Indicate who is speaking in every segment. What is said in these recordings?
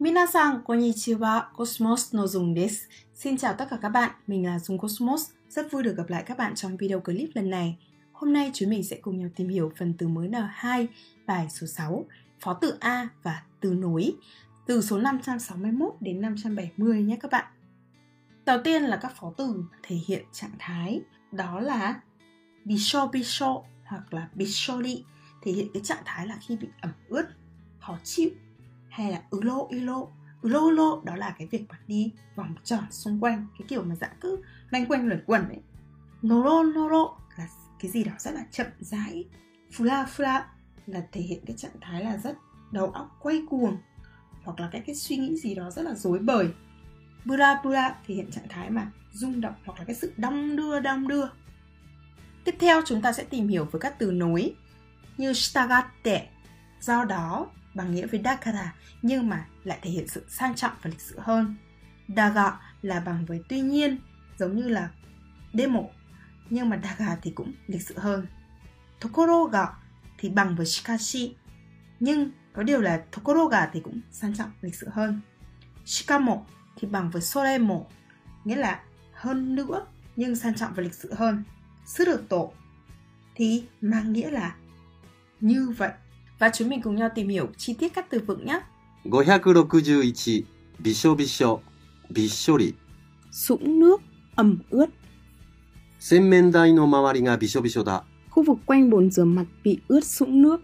Speaker 1: Minasan konnichiwa, Cosmos no Dung desu. Xin chào tất cả các bạn, mình là Dung Cosmos. Rất vui được gặp lại các bạn trong video clip lần này. Hôm nay chúng mình sẽ cùng nhau tìm hiểu phần từ mới N2, bài số 6, phó từ A và từ nối, từ số 561 đến 570 nhé các bạn. Đầu tiên là các phó từ thể hiện trạng thái, đó là bisho bisho hoặc là bishori thể hiện cái trạng thái là khi bị ẩm ướt, khó chịu hay là ứ lô ứ lô ứ lô lô đó là cái việc mà đi vòng tròn xung quanh cái kiểu mà dạng cứ loanh quanh luẩn quẩn ấy nô lô nô lô là cái gì đó rất là chậm rãi phù la phù la là thể hiện cái trạng thái là rất đầu óc quay cuồng hoặc là cái cái suy nghĩ gì đó rất là dối bời bula bula thể hiện trạng thái mà rung động hoặc là cái sự đong đưa đong đưa tiếp theo chúng ta sẽ tìm hiểu với các từ nối như stagatte do đó bằng nghĩa với dakara nhưng mà lại thể hiện sự sang trọng và lịch sự hơn. Daga là bằng với tuy nhiên, giống như là demo, nhưng mà daga thì cũng lịch sự hơn. Tokoro ga thì bằng với shikashi, nhưng có điều là tokoro ga thì cũng sang trọng lịch sự hơn. Shikamo thì bằng với soremo, nghĩa là hơn nữa nhưng sang trọng và lịch sự hơn. Suruto thì mang nghĩa là như vậy và chúng mình cùng nhau tìm hiểu chi tiết các từ vựng nhé.
Speaker 2: 561びしょびしょびっしょり
Speaker 1: Sũng nước, ẩm ướt,
Speaker 2: 洗面台の周りがびしょびしょだ
Speaker 1: khu vực quanh bồn rửa mặt bị ướt sũng nước.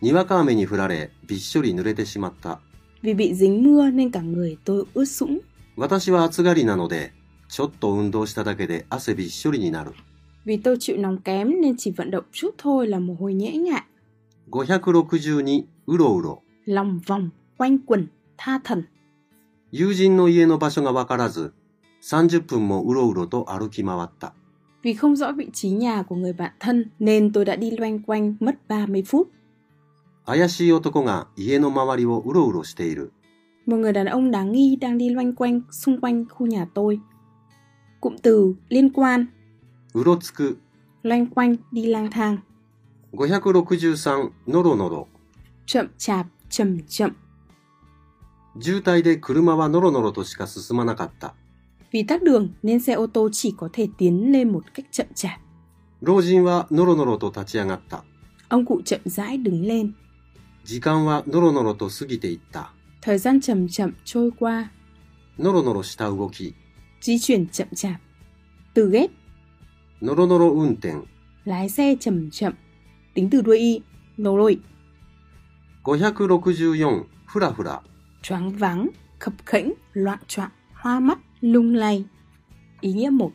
Speaker 2: にわか雨に降られびっしょり濡れてしまった
Speaker 1: Vì bị dính mưa nên cả người tôi ướt sũng.
Speaker 2: 私は暑がりなのでちょっと運動しただけで汗びっしょりになる
Speaker 1: Vì tôi chịu nóng kém nên chỉ vận động chút thôi là mồ hôi nhễ nhại.
Speaker 2: 562うろうろ
Speaker 1: Lòng vòng, quanh quẩn, tha thần.
Speaker 2: 友人の家の場所がわからず30分もうろうろと歩き回った
Speaker 1: Vì không rõ vị trí nhà của người bạn thân nên tôi đã đi loanh quanh mất 30 phút.
Speaker 2: 怪しい男が家の周りをうろうろしている
Speaker 1: Một người đàn ông đáng nghi đang đi loanh quanh xung quanh khu nhà tôi. Cụm từ liên quan,
Speaker 2: うろつく
Speaker 1: loanh quanh, đi lang thang.
Speaker 2: 563のろのろ
Speaker 1: Chậm chạp, chậm chậm.
Speaker 2: 渋滞で車はのろのろとしか進まなかった。
Speaker 1: Vì tắc đường nên xe ô tô chỉ có thể tiến lên một cách chậm chạp.
Speaker 2: 老人はのろのろと立ち上がった。
Speaker 1: Ông cụ chậm rãi đứng lên.
Speaker 2: 時間はのろのろと過ぎていった。
Speaker 1: Thời gian chậm chậm trôi qua,
Speaker 2: のろのろした動き。
Speaker 1: di chuyển chậm chạp. Từ ghép,
Speaker 2: のろのろ運転。
Speaker 1: lái xe chậm chậm. Tính từ đuôi y, nổ lội,
Speaker 2: 564、ふらふら。
Speaker 1: choáng váng, khập khễnh, loạn choạng, hoa mắt, lung lay. Ý nghĩa một,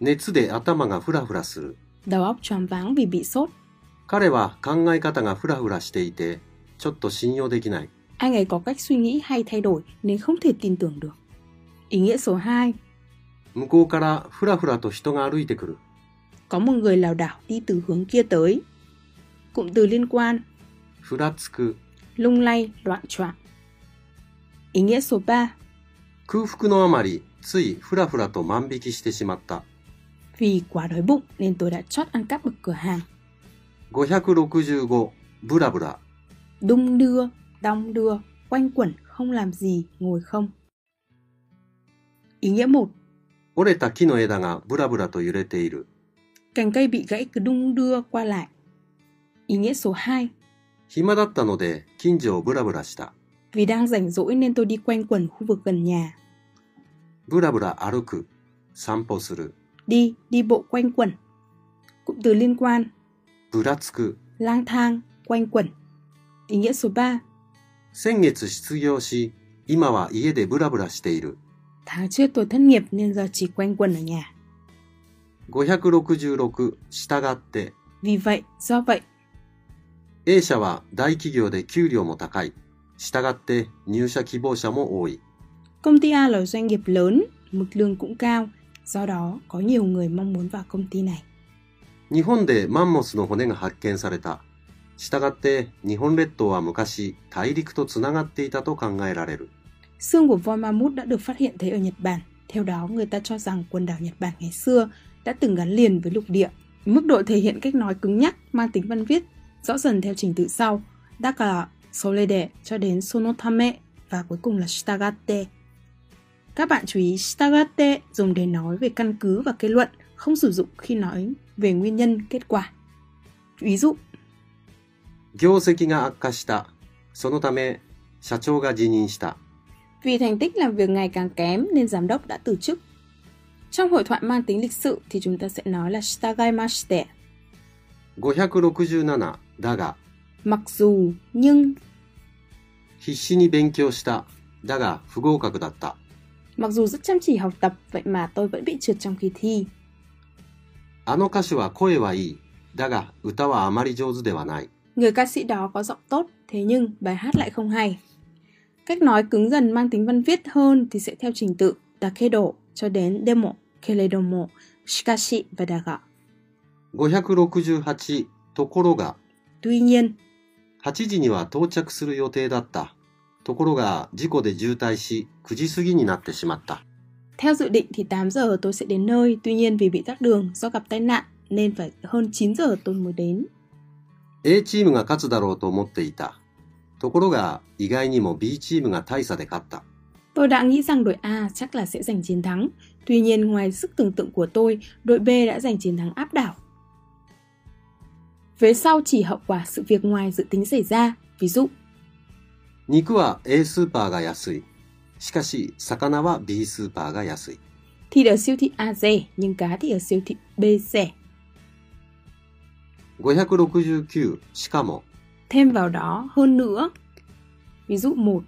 Speaker 2: 熱で頭がふらふらする。
Speaker 1: đầu óc choáng váng vì bị sốt.
Speaker 2: 彼は考え方がふらふらしていて、ちょっと信用できない。
Speaker 1: Anh ấy có cách suy nghĩ hay thay đổi nên không thể tin tưởng được. Ý nghĩa số 2,
Speaker 2: 向こうからふらふらと人が歩いてくる。
Speaker 1: có một người lảo đảo đi từ hướng kia tới. Cụm từ liên quan,
Speaker 2: ふらつく。
Speaker 1: lung lay, loạn choạng. Ý nghĩa số 3,
Speaker 2: 空腹のあまり、ついふらふらと万引きしてしまった。
Speaker 1: vì quá đói bụng nên tôi đã chót ăn cắp ở cửa hàng.
Speaker 2: 565、ぶらぶら。
Speaker 1: Đung đưa, đong đưa, quanh quẩn, không làm gì, ngồi không. Ý nghĩa 1,
Speaker 2: 折れた木の枝がブラブラと揺れている。
Speaker 1: cành cây bị gãy cứ đung đưa qua lại. Ý nghĩa số 2,
Speaker 2: 暇だったので近所をブラブラした。
Speaker 1: vì đang rảnh rỗi nên tôi đi quanh quẩn khu vực gần nhà.
Speaker 2: ブラブラ歩く。散歩する。
Speaker 1: Đi, đi bộ quanh quẩn. Cụm từ liên quan,
Speaker 2: ぶらつく。
Speaker 1: lang thang, quanh quẩn. Ý nghĩa số 3,
Speaker 2: 先月失業し、今は家でブラブラしている。
Speaker 1: tháng trước tôi thất nghiệp nên giờ chỉ quanh quẩn ở nhà.
Speaker 2: 566、従って。
Speaker 1: Vì vậy, do vậy,
Speaker 2: A 社は大企業で給料も高い。従って入社希望者も多い。
Speaker 1: Công ty A là doanh nghiệp lớn, mức lương cũng cao, do đó có nhiều người mong muốn vào công ty này.
Speaker 2: 日本でマンモスの骨が発見された。従って日本列島は昔大陸とつながっていたと考えられる。
Speaker 1: Xương của voi ma mút đã được phát hiện thấy ở Nhật Bản. Theo đó, người ta cho rằng quần đảo Nhật Bản ngày xưa đã từng gắn liền với lục địa. Mức độ thể hiện cách nói cứng nhắc, mang tính văn viết, rõ dần theo trình tự sau. Dakara, Solede cho đến Sonotame, và cuối cùng là Stagatte. Các bạn chú ý Stagatte dùng để nói về căn cứ và kết luận, không sử dụng khi nói về nguyên nhân, kết quả. Ví dụ,
Speaker 2: 業績が悪化した。そのため、社長が辞任した。
Speaker 1: Vì thành tích làm việc ngày càng kém nên giám đốc đã từ chức. Trong hội thoại mang tính lịch sự thì chúng ta sẽ nói là shitagaimashite.
Speaker 2: 567だが、
Speaker 1: Mặc dù, nhưng,
Speaker 2: 必死に勉強した。だが、不合格だった。
Speaker 1: mặc dù rất chăm chỉ học tập vậy mà tôi vẫn bị trượt trong kỳ thi.
Speaker 2: あの歌手は声はいい。だが、歌はあまり上手ではない。
Speaker 1: Người ca sĩ đó có giọng tốt, thế nhưng bài hát lại không hay. Cách nói cứng dần mang tính văn viết hơn thì sẽ theo trình tự dakedo cho đến demo, keredomo, shikashi và daga.
Speaker 2: 568、ところが、
Speaker 1: Tuy nhiên,
Speaker 2: 8時には到着する予定だった。ところが、事故で渋滞し、9時過ぎになってしまった。
Speaker 1: Theo dự định thì 8 giờ tôi sẽ đến nơi, tuy nhiên vì bị tắc đường do gặp tai nạn nên phải hơn 9 giờ tôi mới đến.
Speaker 2: A チームが勝つだろうと思っていた。ところが、意外にも B チームが大差で勝った。
Speaker 1: Tôi đã nghĩ rằng đội A chắc là sẽ giành chiến thắng, tuy nhiên ngoài sức tưởng tượng của tôi, đội B đã giành chiến thắng áp đảo. Về sau chỉ hậu quả sự việc ngoài dự tính xảy ra, ví dụ
Speaker 2: 肉は A スーパーが安い。しかし、魚は B スーパーが安い。
Speaker 1: thịt ở siêu thị A rẻ nhưng cá thì ở siêu thị B rẻ.
Speaker 2: 569、しかも、
Speaker 1: Thêm vào đó hơn nữa. Ví dụ 1.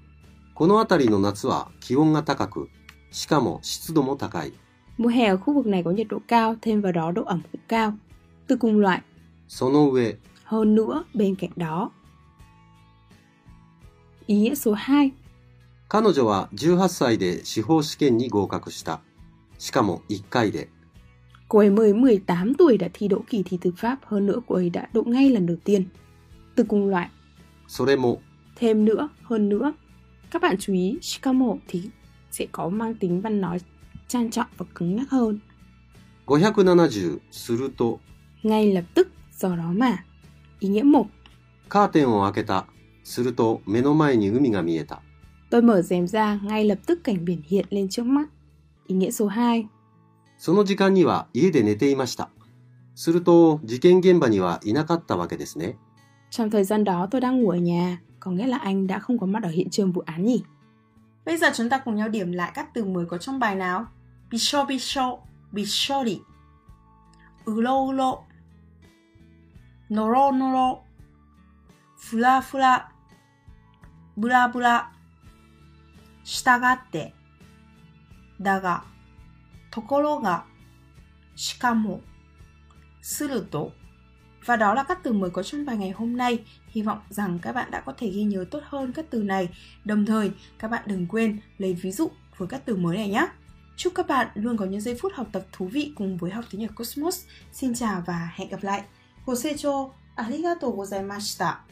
Speaker 2: この辺りの夏は気温が高く、しかも湿度も高い。
Speaker 1: Mùa hè ở khu vực này có nhiệt độ cao, thêm vào đó độ ẩm cũng cao. Từ cùng loại
Speaker 2: その上、
Speaker 1: Hơn nữa, bên cạnh đó. Ý nghĩa số 2,
Speaker 2: 彼女は18歳で司法試験に合格した。しかも1回で。
Speaker 1: cô ấy mới 18 tuổi đã thi đỗ kỳ thi tư pháp, hơn nữa cô ấy đã đỗ ngay lần đầu tiên. Từ cùng loại,
Speaker 2: それも、
Speaker 1: thêm nữa, hơn nữa. Các bạn chú ý, shikamo thì sẽ có mang tính văn nói trang trọng và cứng nhắc hơn.
Speaker 2: 570、すると、
Speaker 1: Ngay lập tức, do đó mà. Ý nghĩa 1,
Speaker 2: カーテンを開けた。すると、目の前に海が見えた。
Speaker 1: tôi mở rèm ra, ngay lập tức cảnh biển hiện lên trước mắt. Ý nghĩa số 2,
Speaker 2: その時間には家で寝ていました。すると、事件現場にはいなかったわけですね。
Speaker 1: Trong thời gian đó tôi đang ngủ ở nhà, có nghĩa là anh đã không có mặt ở hiện trường vụ án nhỉ?
Speaker 3: Bây giờ chúng ta cùng nhau điểm lại các từ mới có trong bài nào. Bisho bisho, bishori. Ulo ulo. Noro noro. Fura fura. Bura bura. Shitagatte. Daga. Tokoro ga. Shikamo. Suruto.
Speaker 1: Và đó là các từ mới có trong bài ngày hôm nay. Hy vọng rằng các bạn đã có thể ghi nhớ tốt hơn các từ này. Đồng thời, các bạn đừng quên lấy ví dụ với các từ mới này nhé. Chúc các bạn luôn có những giây phút học tập thú vị cùng với học tiếng Nhật Cosmos. Xin chào và hẹn gặp lại.
Speaker 3: ご清聴ありがとうございました。